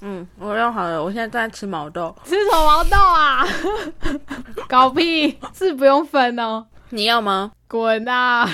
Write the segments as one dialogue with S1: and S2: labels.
S1: 嗯，我用好了，我现在在吃毛豆。
S2: 吃什么毛豆啊？ 搞屁，是不用分哦。
S1: 你要吗？
S2: 滚啊！
S1: 啊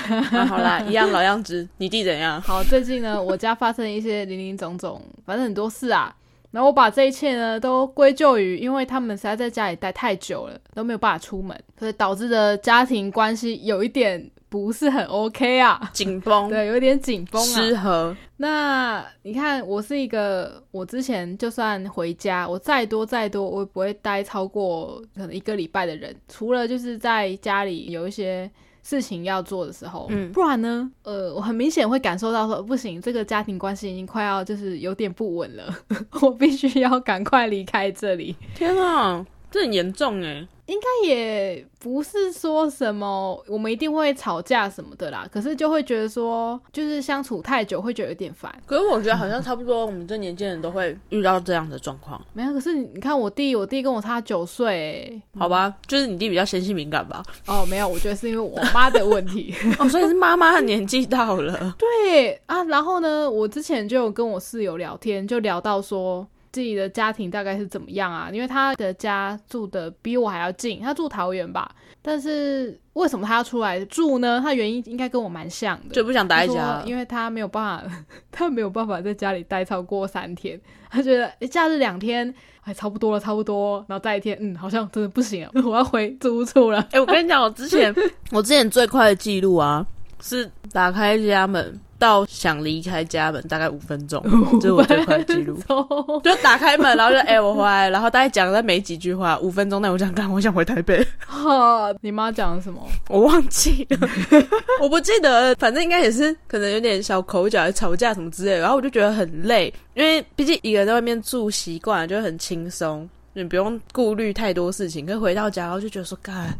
S1: 好啦， 一样老样子。你弟怎样？
S2: 好，最近呢，我家发生一些零零总总，反正很多事啊。然后我把这一切呢都归咎于，因为他们实在在家里待太久了，都没有办法出门，所以导致的家庭关系有一点不是很 OK 啊。
S1: 紧绷，
S2: 对，有一点紧绷啊。
S1: 失和。
S2: 那你看，我是一个，我之前就算回家，我再多再多，我也不会待超过可能一个礼拜的人，除了就是在家里有一些事情要做的时候，
S1: 嗯
S2: 不然呢，呃，我很明显会感受到说，不行，这个家庭关系已经快要就是有点不稳了， 我必须要赶快离开这里。
S1: 天啊，这很严重哎。
S2: 但也不是说什么我们一定会吵架什么的啦，可是就会觉得说，就是相处太久会觉得有点烦。
S1: 可是我觉得好像差不多，我们这年纪人都会遇到这样的状况，
S2: 没有，可是你你看我弟，我弟跟我差九岁欸，
S1: 好吧？就是你弟比较纤细敏感吧？
S2: 哦，没有，我觉得是因为我妈的问题。
S1: 哦，所以是妈妈的年纪到 了。
S2: 对啊，然后呢，我之前就有跟我室友聊天，就聊到说自己的家庭大概是怎么样啊，因为他的家住的比我还要近，他住桃园吧，但是为什么他要出来住呢？他原因应该跟我蛮像的，
S1: 就不想待在家
S2: 他
S1: 了
S2: 说，因为他没有办法， 他没有办法在家里待超过三天，他觉得、诶假日两天哎差不多了，差不多，然后再一天，嗯，好像真的不行了， 我要回租屋处了。。
S1: 哎、我跟你讲，我之前 我之前最快的记录啊，是打开家门到想离开家门大 概五分钟，这是我最快的记录
S2: 走
S1: 就打开门，然后就哎、我回来了，然后大概讲了没几句话，五分钟内我想干，我想回台 北，
S2: 哈，你妈讲了什么？
S1: 我忘记了， 我不记得了，反正应该也是可能有点小口角、吵架什么之类的，然后我就觉得很累，因为毕竟一个人在外面住习惯了，就很轻松，你不用顾虑太多事情。可是回到家，然后就觉得说，干，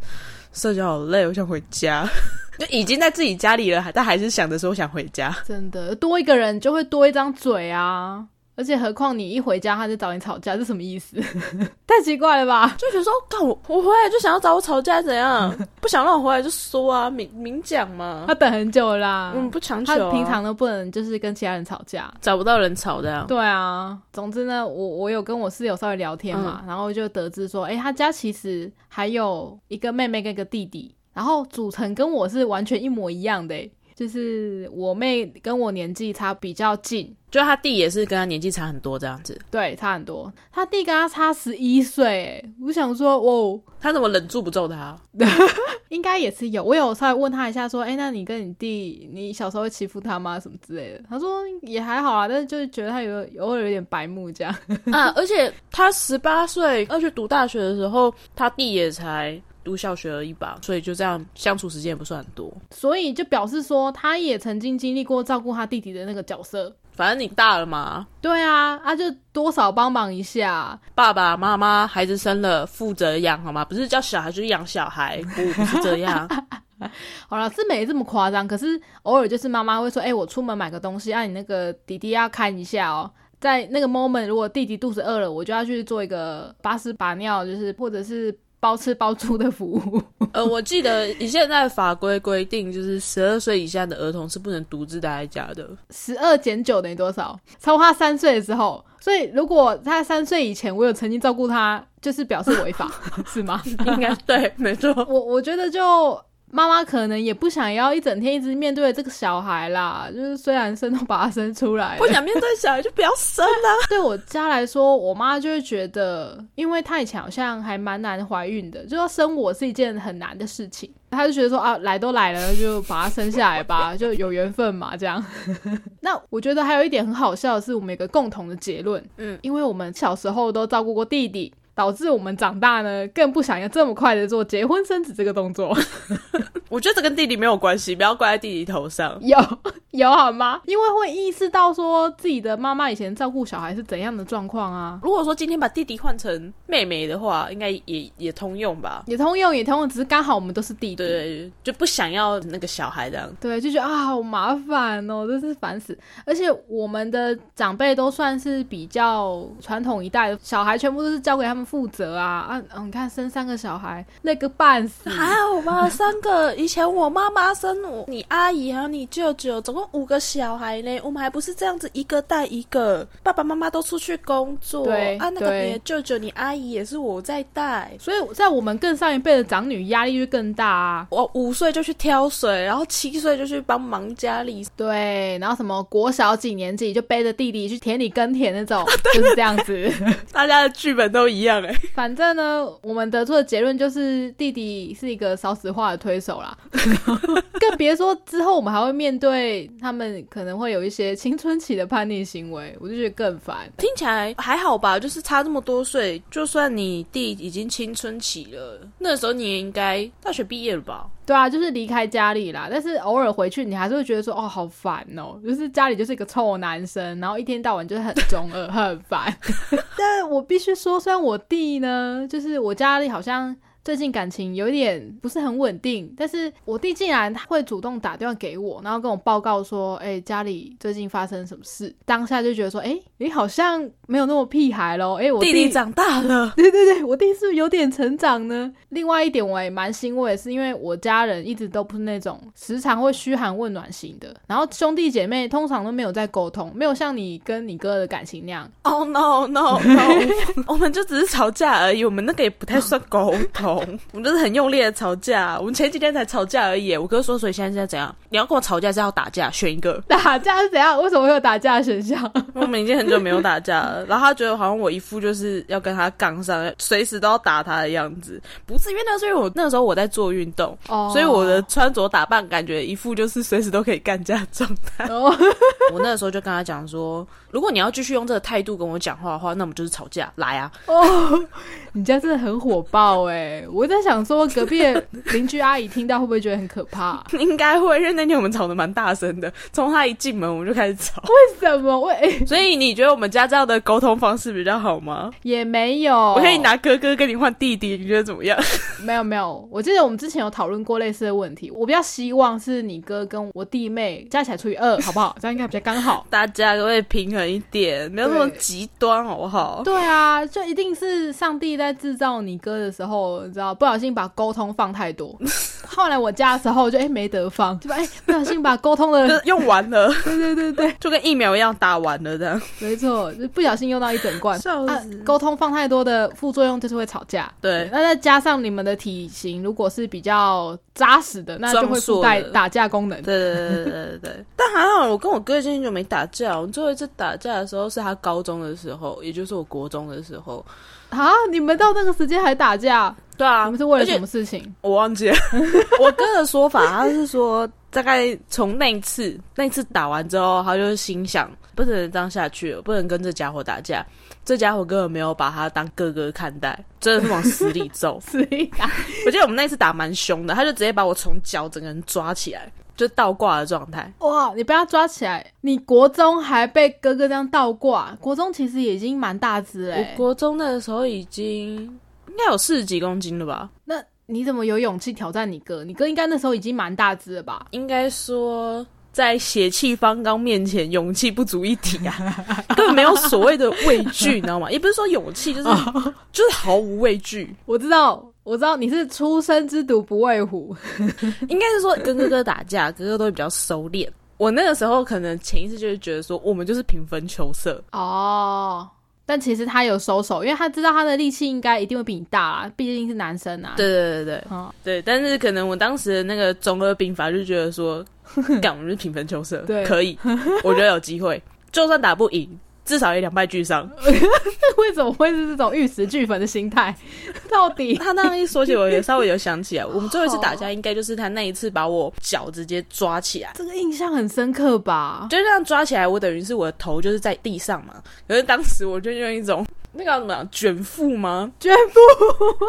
S1: 社交好累，我想回家， 就已经在自己家里了，还但还是想着说我想回家。
S2: 真的多一个人就会多一张嘴啊！而且何况你一回家他就找你吵架，这什么意思？ 太奇怪了吧？
S1: 就觉得说，干我我回来就想要找我吵架怎样？不想让我回来就说啊，明明讲嘛
S2: 他，等很久啦、
S1: 嗯，不强求、
S2: 他
S1: 啊。
S2: 平常都不能就是跟其他人吵架。
S1: 找不到人吵的、啊，
S2: 对啊，总之呢，我我有跟我室友稍微聊天嘛，然后就得知说，诶，他家其实还有一个妹妹跟一个弟弟，然后组成跟我是完全一模一样的、诶就是我妹跟我年纪差比较近，
S1: 就他弟也是跟他年纪差很多这样子。
S2: 对，差很多。他弟跟他差十一岁，诶我想说，哦，
S1: 他怎么忍住不揍他？
S2: 应该也是有。我有稍微问他一下，说，诶，那你跟你弟，你小时候会欺负他吗？什么之类的？他说也还好啊，但是就是觉得他有偶尔有点白目这样。
S1: 啊，而且他十八岁要去读大学的时候，他弟也才读小学而已吧，所以就这样相处时间也不算很多。
S2: 所以就表示说，他也曾经经历过照顾他弟弟的那个角色。
S1: 反正你大了嘛，
S2: 对啊，啊就多少帮忙一下，
S1: 爸爸妈妈孩子生了，负责养好吗？不是叫小孩就是养小 孩，不不是这样。
S2: 好了，是没这么夸张，可是偶尔就是妈妈会说，哎、我出门买个东西，啊，你那个弟弟要看一下哦。在那个 moment，如果弟弟肚子饿了，我就要去做一个巴士把尿，就是或者是包吃包住的服务。
S1: 呃，我记得以现在的法规规定，就是十二岁以下的儿童是不能独自待在家的。
S2: 十二减九等于多少？超过他三岁的时候，所以如果他三岁以前，我有曾经照顾他，就是表示违法， 是吗？
S1: 应该对，没错。
S2: 我我觉得就妈妈可能也不想要一整天一直面对这个小孩啦，就是虽然生都把他生出来
S1: 不
S2: 了，
S1: 想面对小孩就不要生啊。
S2: 对我家来说，我妈就会觉得，因为她以前好像还蛮难怀孕的，就要生我是一件很难的事情，她就觉得说啊，来都来了，就把他生下来吧，就有缘分嘛，这样。 那我觉得还有一点很好笑的是，我们有个共同的结论，
S1: 嗯，
S2: 因为我们小时候都照顾过弟弟。导致我们长大呢，更不想要这么快的做结婚生子这个动作。
S1: 我觉得这跟弟弟没有关系，不要怪在弟弟头上。
S2: 有 有好吗？因为会意识到说自己的妈妈以前照顾小孩是怎样的状况啊，
S1: 如果说今天把弟弟换成妹妹的话，应该也也通用吧？
S2: 也通用也通用，只是刚好我们都是弟弟，
S1: 对对，就不想要那个小孩这样。
S2: 对就觉得啊好麻烦哦，真是烦死。而且我们的长辈都算是比较传统一代的，小孩全部都是交给哦他们负责啊啊！啊你看生三个小孩累个半死，
S1: 好吧，三个以前我妈妈生我、你阿姨还有你舅舅，总共五个小孩呢，我们还不是这样子一个带一个，爸爸妈妈都出去工作，
S2: 对
S1: 啊，那个
S2: 对
S1: 你的舅舅、你阿姨也是我在带。
S2: 所以在我们更上一辈的长女压力就更大啊。
S1: 我五岁就去挑水，然后七岁就去帮忙家里，
S2: 对，然后什么国小几年级就背着弟弟去田里耕田那种，就是这样子。
S1: 大家的剧本都一样哎、
S2: 反正呢，我们得出的结论就是弟弟是一个少子化的推手啦，更别说之后我们还会面对他们可能会有一些青春期的叛逆行为，我就觉得更烦。
S1: 听起来还好吧，就是差这么多岁，就算你弟已经青春期了，那时候你也应该大学毕业了吧？
S2: 对啊，就是离开家里啦，但是偶尔回去，你还是会觉得说，哦，好烦哦，就是家里就是一个臭男生，然后一天到晚就是很中二， 很烦。但我必须说，虽然我弟呢，就是我家里好像。最近感情有一点不是很稳定，但是我弟竟然他会主动打电话给我，然后跟我报告说，哎、家里最近发生什么事，当下就觉得说，哎、你好像没有那么屁孩喽，哎、我
S1: 弟弟长大了，
S2: 对对对，我弟是不是有点成长呢？另外一点我也蛮欣慰，是因为我家人一直都不是那种时常会嘘寒问暖型的，然后兄弟姐妹通常都没有在沟通，没有像你跟你哥的感情那 样。
S1: Oh no no no！我们就只是吵架而已，我们那个也不太算沟 通，我们就是很用力的吵架。我们前几天才吵架而已。我哥说，所以现在是要怎样？你要跟我吵架是要打架，选一 个。
S2: 打架是怎样？为什么会有打架的选项？
S1: 我们已经很久没有打架了，然后他觉得好像我一副就是要跟他杠上，随时都要打他的样子。不是因为那时候我那时候我在做运动，
S2: 哦
S1: 所以我的穿着打扮感觉一副就是随时都可以干架的状态。
S2: 哦，
S1: 我那时候就跟他讲说，如果你要继续用这个态度跟我讲话的话，那我们就是吵架，来啊！
S2: 哦，你家真的很火爆哎！我在想说，隔壁的邻居阿姨听到会不会觉得很可怕、
S1: 应该会，因为那天我们吵得蛮大声的，从他一进门我们就开始 吵。
S2: 为 什么？我、哎
S1: 所以你觉得我们家这样的沟通方式比较好吗？
S2: 也没有。
S1: 我可以拿哥哥跟你换弟弟，你觉得怎么样？
S2: 没有没有，我记得我们之前有讨论过类似的问题。我比较希望是你哥跟我弟妹加起来除以二，好不好？这样应该比较
S1: 。
S2: 刚好
S1: 大家都会平衡一点，没有那么
S2: 对
S1: 极端，好不好？
S2: 对啊，就一定是上帝在制造你哥的时候，你知道，不小心把沟通放太 多。后来我家的时候就哎、没得放，就把哎、不小心把沟通
S1: 就
S2: 的，
S1: 是用完了，
S2: 对对对对，
S1: 就跟疫苗一样打完了这样。
S2: 没错，就不小心用到一 整罐。
S1: 笑
S2: 啊，沟通放太多的副作用就是会吵架。
S1: 对，
S2: 那再加上你们的体型如果是比较扎实的，那就会附带
S1: 壮硕的
S2: 打架功能。
S1: 对对对对对对对。 但还好，我跟我哥已经很久没打架。我们最后一次打架的时候是他高中的时候，也就是我国中的时候。
S2: 啊！你们到那个时间还打架？
S1: 对啊，
S2: 你们是为了
S1: 而且
S2: 什么事情？。
S1: 我忘 记了。我哥的说法，他是说，大概从那一次那一次打完之后，他就心想，不能这样下去了，不能跟这家伙打架。这家伙根本没有把他当哥哥看待，真的是往死里揍
S2: 所以打
S1: 我记得我们那一次打蛮凶的，他就直接把我从脚整个人抓起来，就倒挂的状态。
S2: 哇！你被他抓起来，你国中还被哥哥这样倒挂，国中其实也已经蛮大只欸嘞、
S1: 我国中那个时候已经应该有四十几公斤了吧？
S2: 那你怎么有勇气挑战你哥？你哥应该那时候已经蛮大只了吧？
S1: 应该说在血气方刚面前，勇气不足一提啊，根本没有所谓的畏惧，你知道吗？也不是说勇气，就是就是毫无畏惧。
S2: 我知道，我知道你是初生之犊不畏虎，
S1: 应该是说跟哥哥打架，哥哥都会比较收敛。我那个时候可能潜意识就是觉得说，我们就是平分秋色，
S2: 哦。但其实他有收手，因为他知道他的力气应该一定会比你大啦，毕竟是男生啊。
S1: 对对对对
S2: 哦，
S1: 对。但是可能我当时的那个中二病法就觉得 说，干，我们就是平分秋色，
S2: 对
S1: 可以，我觉得有机会，就算打不赢，至少也两败俱 伤。
S2: 为什么会是这种玉石俱焚的心态？ 到底
S1: 他那样一说起，我也稍微有想起来，我们最后一次打架应该就是他那一次把我脚直接抓起来，
S2: 这个印象很深刻吧？
S1: 就这样抓起来，我等于是我的头就是在地上嘛。可是当时我就用一种那个要怎么讲卷腹吗？
S2: 卷腹，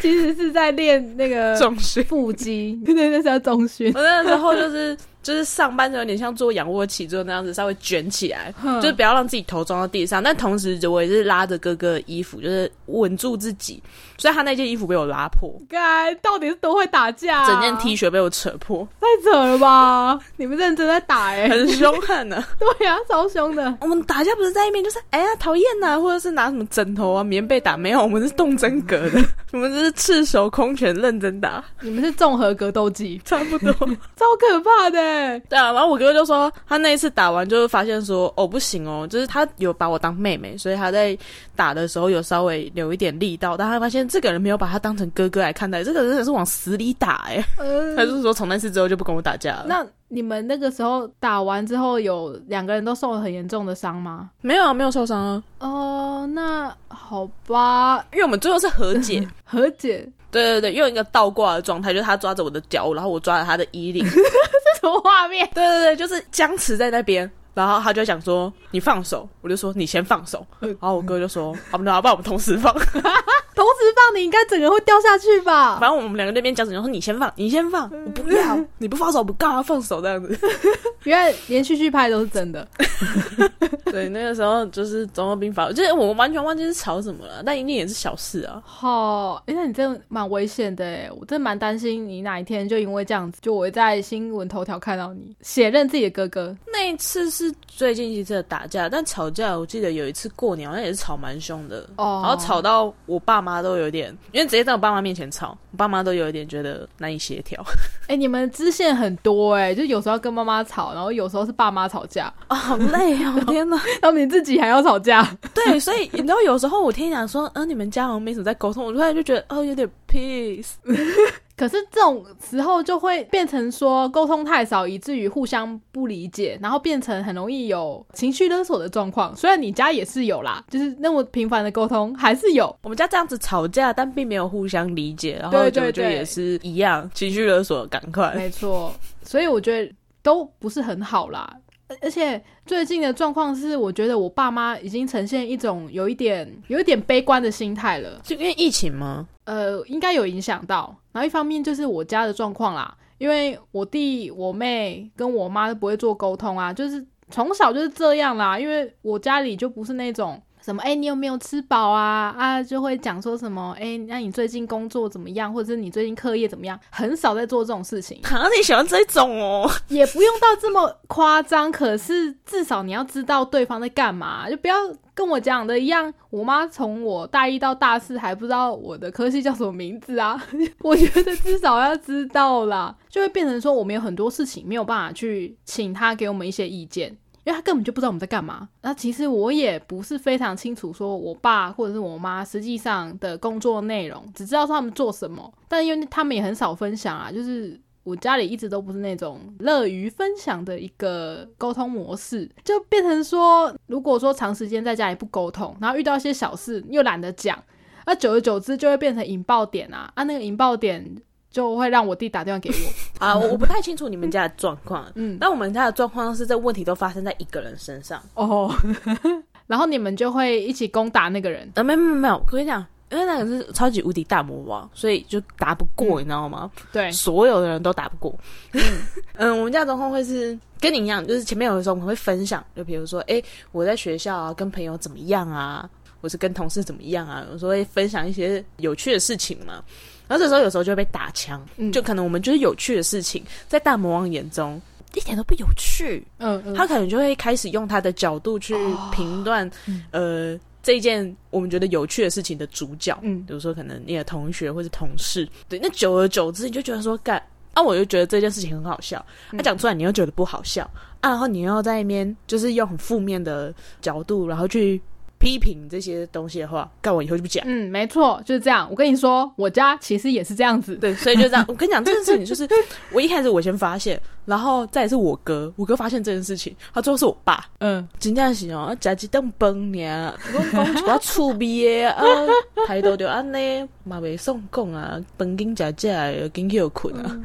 S2: 其实是在练那个
S1: 重训。
S2: 呃腹肌，对，那是要中训。
S1: 我那时候就是就是上半身有点像做仰卧起坐那样子，稍微卷起来，
S2: 哼
S1: 就是不要让自己头撞到地上。但同时，我也是拉着哥哥的衣服，就是稳住自己，所以他那件衣服被我拉破，
S2: 该到底是多会打架、啊？
S1: 整件 T 恤被我扯破，
S2: 太扯了吧！你们认真在打哎、
S1: 很凶啊悍呢、
S2: 对呀、超凶的。
S1: 我们打架不是在一边，就是哎呀讨厌呐，或者是拿什么枕头啊、棉被打，没有，我们是动真格的， 我们这是赤手空拳认真打，
S2: 你们是综合格斗技，
S1: 差不多。
S2: 超可怕的、欸。
S1: 对啊，然后我哥哥就说，他那一次打完就是发现说，哦不行哦，就是他有把我当妹妹，所以他在打的时候有稍微有一点力道，但他发现这个人没有把他当成哥哥来看待，这个人真的是往死里打 哎、
S2: 呃
S1: 他就是说从那次之后就不跟我打架了。
S2: 那你们那个时候打完之后，有两个人都受了很严重的伤吗？
S1: 没有啊，没有受伤啊，
S2: 哦、那好吧，
S1: 因为我们最后是和 解，
S2: 和解。
S1: 对对对，用一个倒挂的状态，就是他抓着我的脚，然后我抓着他的衣 领，
S2: 这什么画面？
S1: 对对对，就是僵持在那边。然后他就想说你放手，我就说你先放手。然后我哥就说好，不然好不然我们同时放。
S2: 同时放你应该整个人会掉下去吧？
S1: 反正我们两个那边僵持，就说你先放，你先放，我不 要，你不放手，我不干嘛放手这样子。
S2: 原来连续剧拍都是真的。
S1: 对，那个时候就是总有兵法，就是我完全忘记是吵什么了，但一定也是小事啊。
S2: 好、诶那你真的蛮危险的哎，我真的蛮担心你哪一天就因为这样子，就我会在新闻头条看到你血认自己的哥哥。
S1: 那一次是最近一次的打架，但吵架我记得有一次过年好像也是吵蛮凶的，
S2: 哦
S1: 然后吵到我爸妈都有点，因为直接在我爸妈面前吵，我爸妈都有一点觉得难以协调
S2: 哎、你们支线很多哎，就有时候跟妈妈吵，然后有时候是爸妈吵架，
S1: 啊、好累 哦，天哪！
S2: 然后你自己还要吵架。
S1: 对，所以你知道有时候我听讲说，嗯、你们家好像没什么在沟通，我突然就觉得哦，有点 peace。
S2: 可是这种时候就会变成说沟通太少，以至于互相不理解，然后变成很容易有情绪勒索的状况。虽然你家也是有啦，就是那么频繁的沟通还是有，
S1: 我们家这样子吵架，但并没有互相理解，然后
S2: 对
S1: 就
S2: 对
S1: 就
S2: 对
S1: 也是一样情绪勒索，赶快。
S2: 没错，所以我觉得都不是很好啦。而而且最近的状况是，我觉得我爸妈已经呈现一种有一点有一点悲观的心态了。
S1: 就因为疫情吗？
S2: 呃，应该有影响到。然后一方面就是我家的状况啦，因为我弟、我妹跟我妈都不会做沟通啊，就是从小就是这样啦。因为我家里就不是那种什么，哎、你有没有吃饱啊？啊，就会讲说什么，哎、那你最近工作怎么样，或者是你最近课业怎么样，很少在做这种事情。
S1: 啊，你喜欢这种哦？
S2: 也不用到这么夸张，可是至少你要知道对方在干嘛，就不要跟我讲的一样。我妈从我大一到大四还不知道我的科系叫什么名字啊， 我觉得至少要知道啦，就会变成说我们有很多事情没有办法去请她给我们一些意见。因为她根本就不知道我们在干嘛。那其实我也不是非常清楚，说我爸或者是我妈实际上的工作内容，只知道他们做什么，但因为他们也很少分享啊，就是。我家里一直都不是那种乐于分享的一个沟通模式，就变成说，如果说长时间在家里不沟通，然后遇到一些小事又懒得讲，那久而久之就会变成引爆点啊啊，那个引爆点就会让我弟打电话给我，
S1: 啊，我我 不太清楚你们家的状况。
S2: 嗯，
S1: 但我们家的状况是，这问题都发生在一个人身上。
S2: 哦，然后你们就会一起攻打那个人，
S1: 啊，没没没有，我跟你讲，因为那个是超级无敌大魔王，所以就打不过，你知道吗？
S2: 对，
S1: 所有的人都打不过。 嗯，我们家的状况会是跟你一样，就是前面有的时候我们会分享，就比如说，哎、我在学校啊，跟朋友怎么样啊，我是跟同事怎么样啊，有时候会分享一些有趣的事情嘛。然后这时候有时候就会被打枪，
S2: 嗯
S1: 就可能我们就是有趣的事情，在大魔王眼中一点都不有趣，
S2: 嗯嗯，哦
S1: 他可能就会开始用他的角度去评断，呃，这件我们觉得有趣的事情的主角，
S2: 嗯
S1: 比如说可能你的同学或者同事，对，那久而久之你就觉得说干。啊，我就觉得这件事情很好笑，他、
S2: 嗯
S1: 讲出来你又觉得不好笑，啊，然后你又在那边就是用很负面的角度，然后去批评这些东西的话，干我以后就不讲。
S2: 嗯，没错，就是这样。我跟你说，我家其实也是这样子。
S1: 对，所以就这样。我跟你讲，这件事情就是我一开始我先发现，然后再来是我哥，我哥发现这件事情，他最后是我爸，
S2: 嗯，
S1: 真正是哦，食一顿饭尔，讲讲一寡趣味 的啊，态度就安尼，嘛袂爽讲啊，饭紧食食的，紧去困啊。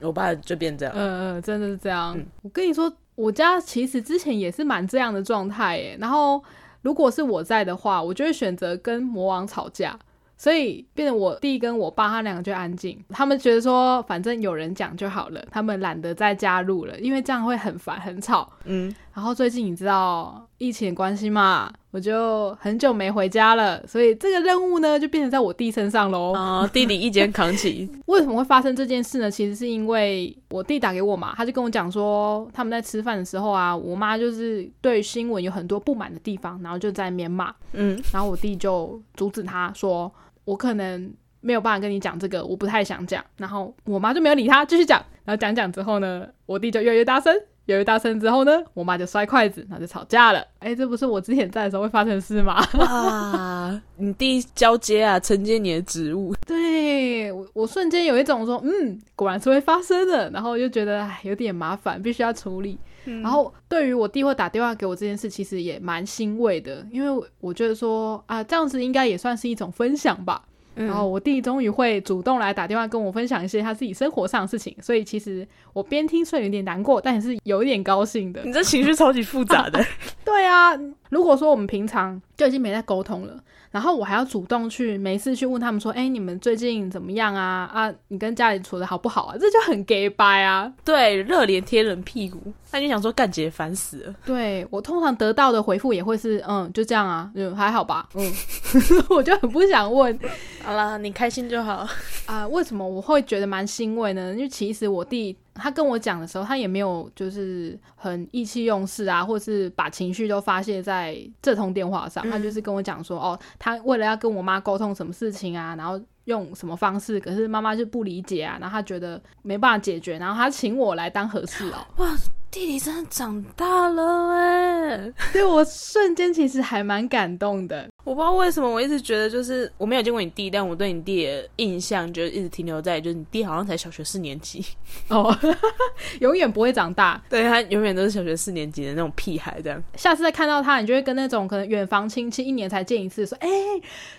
S1: 我爸就变这样，
S2: 嗯嗯，真的是这样。
S1: 嗯
S2: 我跟你说，我家其实之前也是蛮这样的状态耶。然后，如果是我在的话，我就会选择跟魔王吵架。所以变成我弟跟我爸他两个就安静，他们觉得说反正有人讲就好了，他们懒得再加入了，因为这样会很烦很吵。
S1: 嗯，
S2: 然后最近你知道疫情的关系嘛，我就很久没回家了，所以这个任务呢就变成在我弟身上喽。
S1: 啊，弟弟一肩扛起，
S2: 为什么会发生这件事呢？其实是因为我弟打给我嘛，他就跟我讲说，他们在吃饭的时候啊，我妈就是对新闻有很多不满的地方，然后就在那边骂，
S1: 嗯，
S2: 然后我弟就阻止他说，我可能没有办法跟你讲这个，我不太想讲。然后我妈就没有理他，继续讲。然后讲讲之后呢，我弟就越来越大声，越来越大声之后呢，我妈就摔筷子，然后就吵架了。哎，这不是我之前在的时候会发生的事吗？
S1: 嗯哇，你弟交接啊，承接你的职务，
S2: 对我，我瞬间有一种说，嗯，果然是会发生的，然后又觉得唉有点麻烦，必须要处理。然后对于我弟会打电话给我这件事，其实也蛮欣慰的，因为我我觉得说啊，这样子应该也算是一种分享吧。
S1: 然
S2: 然后我弟终于会主动来打电话跟我分享一些他自己生活上的事情，所以其实我边听虽然有点难过，但也是有一点高兴的。
S1: 你这情绪超级复杂 的，
S2: 对啊，如果说我们平常就已经没在沟通了，然后我还要主动去没事去问他们说，哎，你们最近怎么样啊？啊，你跟家里处的好不好啊？这就很 gay 掰啊！
S1: 对，热脸贴冷屁股，那你想说干姐烦死了，
S2: 对我通常得到的回复也会是，嗯，就这样啊，嗯，还好吧， 嗯，我就很不想问，
S1: 好啦，你开心就好，
S2: 啊、为什么我会觉得蛮欣慰呢？因为其实我弟他跟我讲的时候，他也没有就是很意气用事啊，或是把情绪都发泄在这通电话上。
S1: 嗯
S2: 他就是跟我讲说，哦，他为了要跟我妈沟通什么事情啊，然后用什么方式，可是妈妈就不理解啊，然后他觉得没办法解决，然后他请我来当和事佬。
S1: 弟弟真的长大了哎、
S2: 对我瞬间其实还蛮感动的。
S1: 我不知道为什么，我一直觉得就是我没有见过你弟，但我对你弟的印象就一直停留在就是你弟好像才小学四年 级，
S2: 哦， 永远不会长大。
S1: 对他永远都是小学四年级的那种屁孩这样。
S2: 下次再看到他，你就会跟那种可能远房亲戚一年才见一次，说：“哎、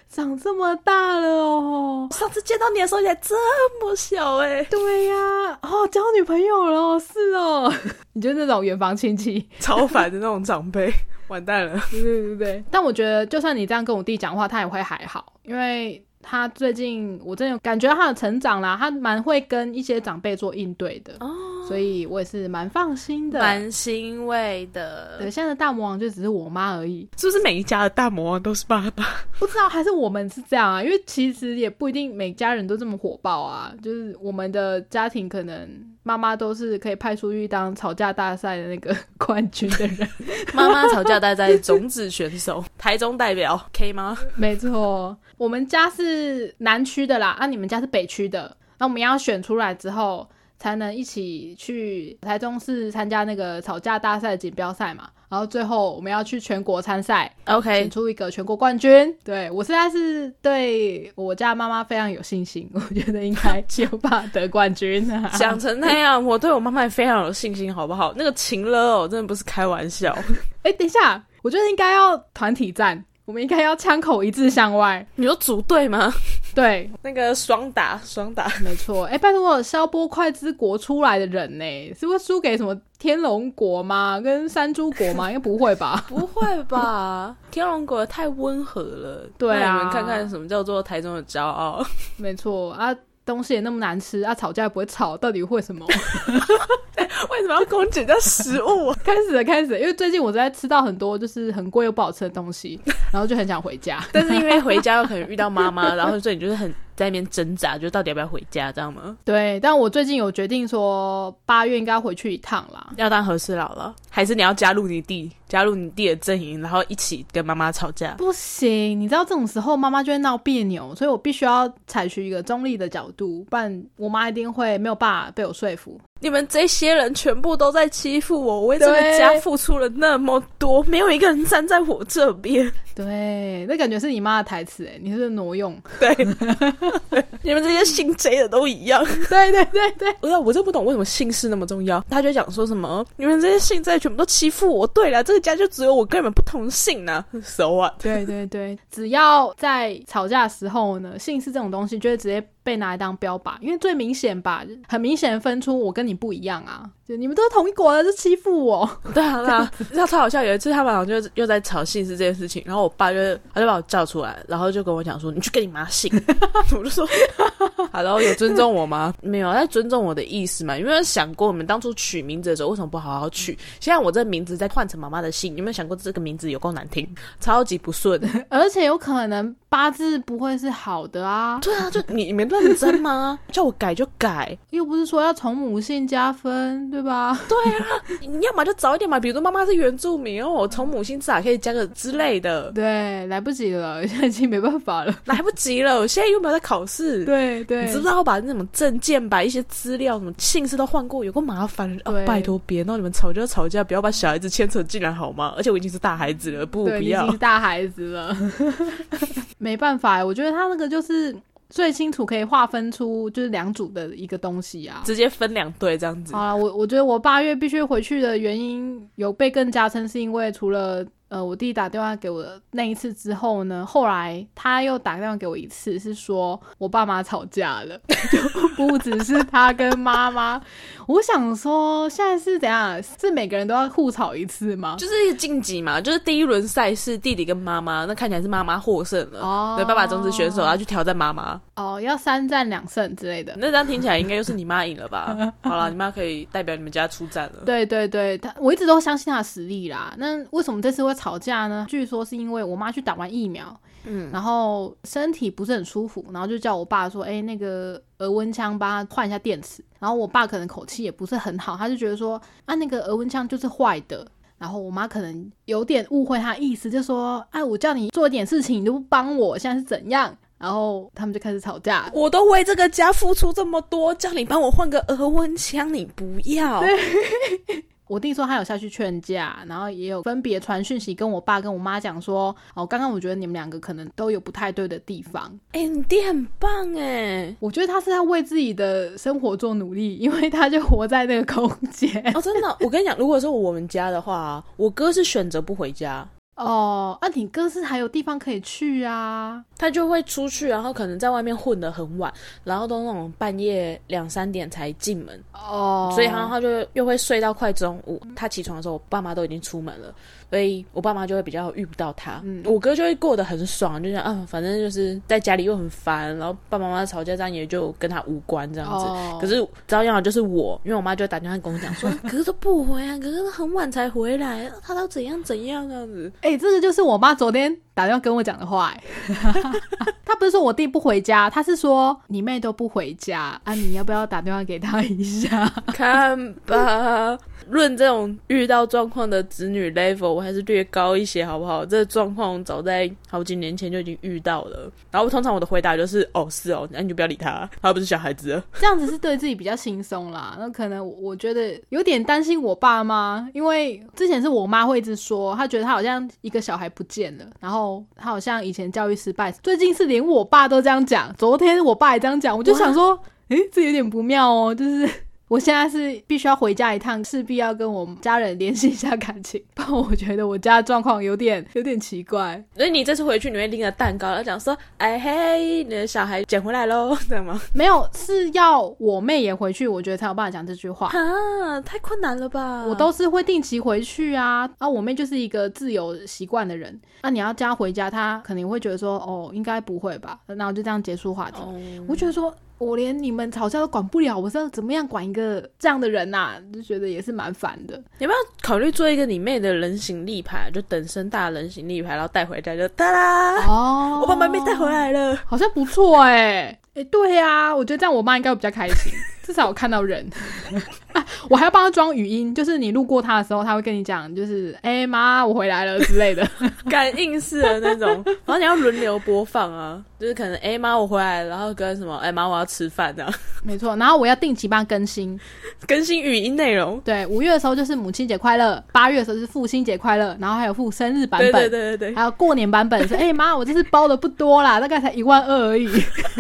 S2: 长这么大了哦，
S1: 上次见到你的时候你还这么小哎、
S2: 对呀、哦，交女朋友了哦，是哦。” 你就那种远房亲戚，
S1: 超烦的那种长辈， 完蛋了。
S2: 对对对对。但我觉得，就算你这样跟我弟讲话，他也会还好，因为他最近我真的有感觉到他的成长啦，他蛮会跟一些长辈做应对的，
S1: 哦
S2: 所以我也是蛮放心的。
S1: 蛮欣慰的
S2: 对，，现在的大魔王就只是我妈而已。
S1: 是不是每一家的大魔王都是爸爸？
S2: 不知道还是我们是这样啊，因为其实也不一定每家人都这么火爆啊。就是我们的家庭可能妈妈都是可以派出去当吵架大赛的那个 冠军的人，
S1: 妈妈吵架大在种子选手， 台中代表 K 吗？
S2: 没错。我们家是南区的啦，啊，你们家是北区的，那我们要选出来之后。才能一起去台中市参加那个吵架大赛的锦标赛嘛，然后最后我们要去全国参赛，选
S1: OK，
S2: 出一个全国冠军。对我现在是对我家妈妈非常有信心，我觉得应该有办法得冠军、啊。
S1: 讲成那样，我对我妈妈也非常有信心，好不好？那个情了哦，真的不是开玩笑。
S2: 哎、等一下，我觉得应该要团体战，我们应该要枪口一致向外。
S1: 你说组队吗？
S2: 对，
S1: 那个双打，双打，
S2: 没错。哎、拜托，消波快之国出来的人呢、是会输给什么天龙国吗？跟山猪国吗？应该不会吧？
S1: 不会吧？ 天龙国太温和了，
S2: 对啊
S1: 让你们看看什么叫做台中的骄傲。
S2: 没错啊。东西也那么难吃啊，吵架也不会吵，到底为什么？
S1: 为什么要跟我讲到食物、啊？
S2: 开始了，开始了，因为最近我在吃到很多就是很贵又不好吃的东西，然后就很想回家。
S1: 但是因为回家有可能遇到妈妈，然后所以你就是很在那边挣扎，就到底要不要回家，知道吗？
S2: 对，但我最近有决定说八月应该回去一趟啦。
S1: 要当和事佬了，还是你要加入你弟，加入你弟的阵营，然后一起跟妈妈吵架？
S2: 不行，你知道这种时候妈妈就会闹别扭，所以我必须要采取一个中立的角度，不然我妈一定会没有办法被我说服。
S1: 你们这些人全部都在欺负我，我为这个
S2: 对
S1: 家付出了那么多，没有一个人站在我这边。
S2: 对，那感觉是你妈的台词哎，你是不是挪用？
S1: 对，你们这些姓 J 的都一样。
S2: 对对对对，
S1: 不知哎道，我真不懂为什么姓氏那么重要。他就讲说什么，你们这些姓在全部都欺负我。对了，这个家就只有我跟你们不同姓啊呢、So what？
S2: 对对对，只要在吵架的时候呢，性是这种东西就会直接被拿来当标靶，因为最明显吧，很明显地分出我跟你不一样啊，就你们都是同一国的，就欺负我，
S1: 对啊，对啊，那超好笑。有一次他们好像就又在吵姓氏这件事情，然后我爸就是他就把我叫出来，然后就跟我讲说：“你去跟你妈姓。” 我就说：“好然后有尊重我吗？没有，他尊重我的意思嘛。有没有想过，我们当初取名字的时候为什么不好好取？现在我这名字再换成妈妈的姓，有没有想过这个名字有够难听，超级不顺？
S2: 而且有可能八字不会是好的啊，
S1: 对啊，就你你们认真 吗？叫我改就改，
S2: 又不是说要从母姓加分，对吧？
S1: 你要么就早一点嘛。比如说妈妈是原住民，然后我从母姓至少可以加个之类的。”
S2: 对，来不及了， 现在已经没办 法了。
S1: 来不及了，我现在又没有在考试。
S2: 对对，
S1: 你知不知道把那种证件、把一些资料、什么姓氏都换过，有够麻烦啊！
S2: 对
S1: 拜托别闹，你们吵架吵架，不要把小孩子牵扯进来好吗？而且我已经是大孩子了，不，
S2: 对，
S1: 不
S2: 你已
S1: 要
S2: 经是。大孩子了， 没办法欸，我觉得他那个就是最清楚可以划分出就是两组的一个东西啊。
S1: 直接分两队这样子
S2: 好，了，我我觉得我八月必须回去的原因有被更加深，是因为除了呃我弟打电话给我的那一次之后呢，后来他又打电话给我一次，是说我爸妈吵架了， 就不只是他跟妈妈。我想说现在是怎样？是每个人都要互吵一次吗？
S1: 就是一个晋级嘛，就是第一轮赛事，弟弟跟妈妈，那看起来是妈妈获胜了。
S2: 哦
S1: 对，爸爸种子选手，然后去挑战妈妈，
S2: 哦，要三战两胜之类的。
S1: 那张听起来应该又是你妈赢了吧？好了，你妈可以代表你们家出战了。
S2: 对对对，他我一直都相信他的实力啦。那为什么这次会吵架呢？据说是因为我妈去打完疫苗，嗯，然后身体不是很舒服，然后就叫我爸说：“哎、那个额温枪帮他换一下电池。”然后我爸可能口气也不是很好，他就觉得说：“啊，那个额温枪就是坏的。”然后我妈可能有点误会他意思，就说：“哎、我叫你做一点事情，你都不帮我，现在是怎样？”然后他们就开始吵架。
S1: 我都为这个家付出这么多，叫你帮我换个额温枪，你不要。
S2: 我弟说他有下去劝架，然后也有分别传讯息跟我爸跟我妈讲说，哦，刚刚我觉得你们两个可能都有不太对的地方。
S1: 哎、你弟很棒哎！
S2: 我觉得他是在为自己的生活做努力，因为他就活在那个空间。
S1: 哦，真的，我跟你讲，如果说我们家的话，啊我哥是选择不回家，
S2: 哦，啊，你哥是还有地方可以去啊？
S1: 他就会出去，然后可能在外面混得很晚，然后都那种半夜两三点才进门，
S2: 哦，
S1: 嗯
S2: 嗯
S1: 所以然后他就又会睡到快中午。他起床的时候，我爸妈都已经出门了，所以我爸妈就会比较遇不到他。
S2: 嗯
S1: 我哥就会过得很爽，就想啊，反正就是在家里又很烦，然后爸爸妈妈吵架，这样也就跟他无关这样子。
S2: 哦，
S1: 可是遭殃的就是我，因为我妈就会打电话跟我讲说， 可是都不回啊，可是都很晚才回来，啊他都怎样怎样这样子。
S2: 哎、这个就是我妈昨天打电话跟我讲的话、欸。 她不是说我弟不回家，她是说你妹都不回家啊，你要不要打电话给她一下？
S1: 看吧，论这种遇到状况的子女 level，我还是略高一些，好不好？这个状况早在好几年前就已经遇到了。然后通常我的回答就是，哦，是哦，那你就不要理他，他又不是小孩子了。
S2: 这样子是对自己比较轻松啦。那可能我觉得有点担心我爸妈，因为之前是我妈会一直说，她觉得她好像一个小孩不见了，然后她好像以前教育失败，最近是连我爸都这样讲。昨天我爸也这样讲，我就想说，诶、这有点不妙哦，就是。 我现在是必须要回家一趟，势必要跟我家人联系一下感情， 不然我觉得我家的状况有点有点奇怪。
S1: 所以你这次回去，你会拎着蛋糕，然后讲说，哎嘿，你的小孩捡回来喽，这样吗？
S2: 没有是要我妹也回去，我觉得才有办法讲这句话。
S1: 啊，太困难了吧？
S2: 我都是会定期回去啊。啊，我妹就是一个自由习惯的人。那、你要叫她回家，她肯定会觉得说，哦，应该不会吧？然后就这样结束话题。
S1: 哦
S2: 我觉得说，我连你们吵架都管不了，我是要怎么样管一个这样的人呐、就觉得也是蛮烦的。
S1: 你要不要考虑做一个你妹的人形立牌，就等身大人形立牌，然后带回家就哒啦，
S2: 哦
S1: 我把妹妹带回，来了。
S2: 好像不错哎、欸。哎、对啊，我觉得这样我妈应该会比较开心，至少我看到人。 啊我还要帮她装语音，就是你路过她的时候，她会跟你讲，就是哎妈、我回来了之类的。
S1: 感应式的那种，然后你要轮流播放啊，就是可能哎妈、我回来了，然后跟什么哎妈、我要吃饭这样，
S2: 没错，然后我要定期帮她更新。
S1: 更新语音内容。
S2: 对，五月的时候就是母亲节快乐，八月的时候是父亲节快乐，然后还有父生日版
S1: 对对
S2: 本，
S1: 对对 对，
S2: 还有过年版本。说，哎、妈，我这次包的不多啦，大概才一万二而已。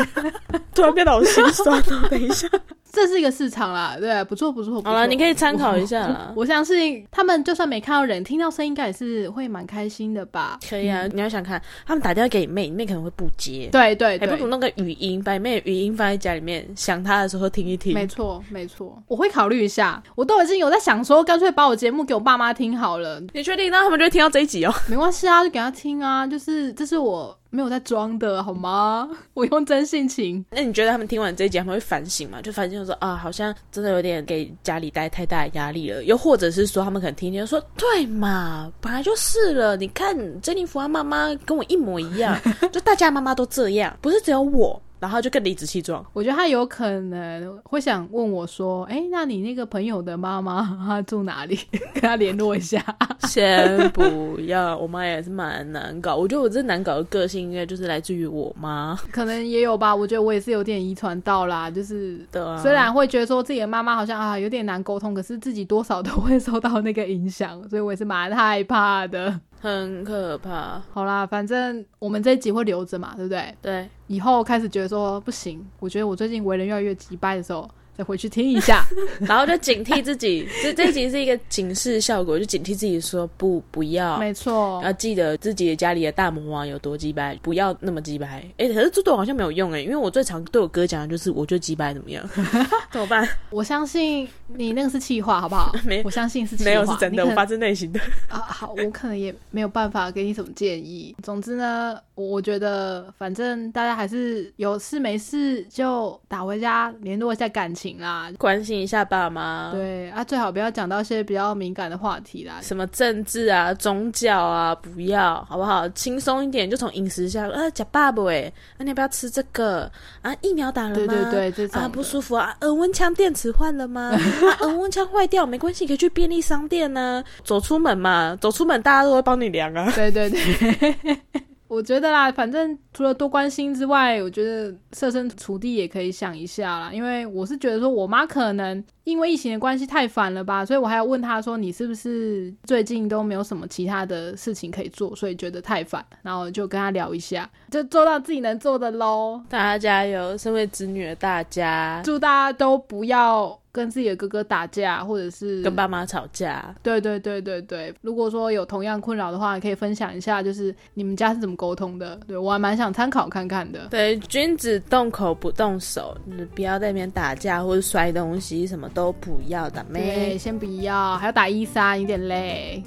S1: 突然变得好心酸哦。等一下，
S2: 这是一个市场啦，对，不错不错。不错
S1: 好了，你可以参考一下啦。
S2: 我相信他们就算没看到人，听到声音应该也是会蛮开心的吧？
S1: 可以啊，你要想看，他们打电话给你妹，你妹可能会不接，
S2: 对
S1: 还
S2: 对对
S1: 哎不，如弄个语音，把你妹的语音放在家里面，想她的时候听一听。
S2: 没错没错，我会考虑一下。我都已经有在想说，干脆把我节目给我爸妈听好了，
S1: 你确定？那他们就会听到这一集哦。
S2: 没关系啊，就给他听啊，就是这是我没有在装的好吗？ 我用真性情。
S1: 那你觉得他们听完这一集，他们会反省吗？就反省说啊，好像真的有点给家里带太大的压力了。又或者是说，他们可能听一听说，对嘛，本来就是了。你看珍妮弗她妈妈跟我一模一 样，就大家妈妈都这样，不是只有我。然后就更理直气壮。
S2: 我觉得他有可能会想问我说：“哎，那你那个朋友的妈 妈她住哪里？ 跟他联络一下。
S1: 先不要，我妈也是蛮难搞。我觉得我这难搞的个性，应该就是来自于我妈”
S2: 可能也有吧，我觉得我也是有点遗传到啦，就是
S1: 的、啊。
S2: 虽然会觉得说自己的妈妈好像啊有点难沟通，可是自己多少都会受到那个影响，所以我也是蛮害怕的。
S1: 很可怕，
S2: 好啦，反正我们这一集会留着嘛，对不对？
S1: 对，
S2: 以后开始觉得说不行，我觉得我最近为人越来越急掰的时候，再回去听一 下。
S1: 然后就警惕自己。这这一集是一个警示效果，就警惕自己说不，不要。
S2: 没错，
S1: 要记得自己家里的大魔王有多鸡掰，不要那么鸡掰。哎、可是这对我好像没有用哎、因为我最常对我哥讲的就是我就鸡掰怎么样？ 怎么办？
S2: 我相信你那个是气话，好不好？
S1: 没
S2: 我相信是气话，
S1: 没有是真的，
S2: 你
S1: 我
S2: 可能
S1: 发自内心的。
S2: 啊，好，我可能也没有办法给你什么建议。总之呢，我我觉得反正大家还是有事没事就打回家联络一下感情啦。
S1: 关心一下爸妈，
S2: 对啊，最好不要讲到一些比较敏感的话题啦。
S1: 什么政治啊、宗教啊，不要好不好？轻松一点，就从饮食下。啊，假爸爸哎，啊你要不要吃这个？啊，疫苗打了吗？
S2: 对对。对，这种
S1: 啊，
S2: 的
S1: 不舒服啊！耳温枪电池换了 吗？啊，耳温枪坏掉没关系，可以去便利商店呢、走出门嘛，走出门大家都会帮你量啊。
S2: 对对对。 我觉得啦，反正除了多关心之外，我觉得设身处地也可以想一下啦。因为我是觉得说，我妈可能因为疫情的关系太烦了吧，所以我还要问她说，你是不是最近都没有什么其他的事情可以做，所以觉得太烦，然后就跟她聊一下，就做到自己能做的喽。
S1: 大家加油！身为子女的大家，
S2: 祝大家都不要跟自己的哥哥打架，或者是
S1: 跟爸妈吵架，
S2: 对对对对对，如果说有同样困扰的话，可以分享一下，就是你们家是怎么沟通的？对我还蛮想参考看看的。
S1: 对，君子动口不动手，就是不要在那边打架或者摔东西，什么都不要的
S2: 对，
S1: 妹。
S2: 先不要，还要打一三，有点累。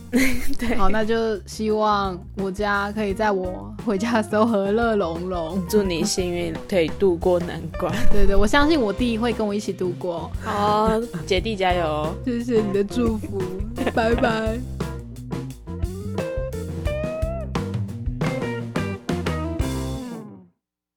S1: 对
S2: 好，那就希望我家可以在我回家的时候和乐融融。
S1: 祝你幸运，可以度过难关。
S2: 对对，我相信我弟会跟我一起度过。
S1: 好，姐弟加油！哦
S2: 谢谢你的祝福，拜拜。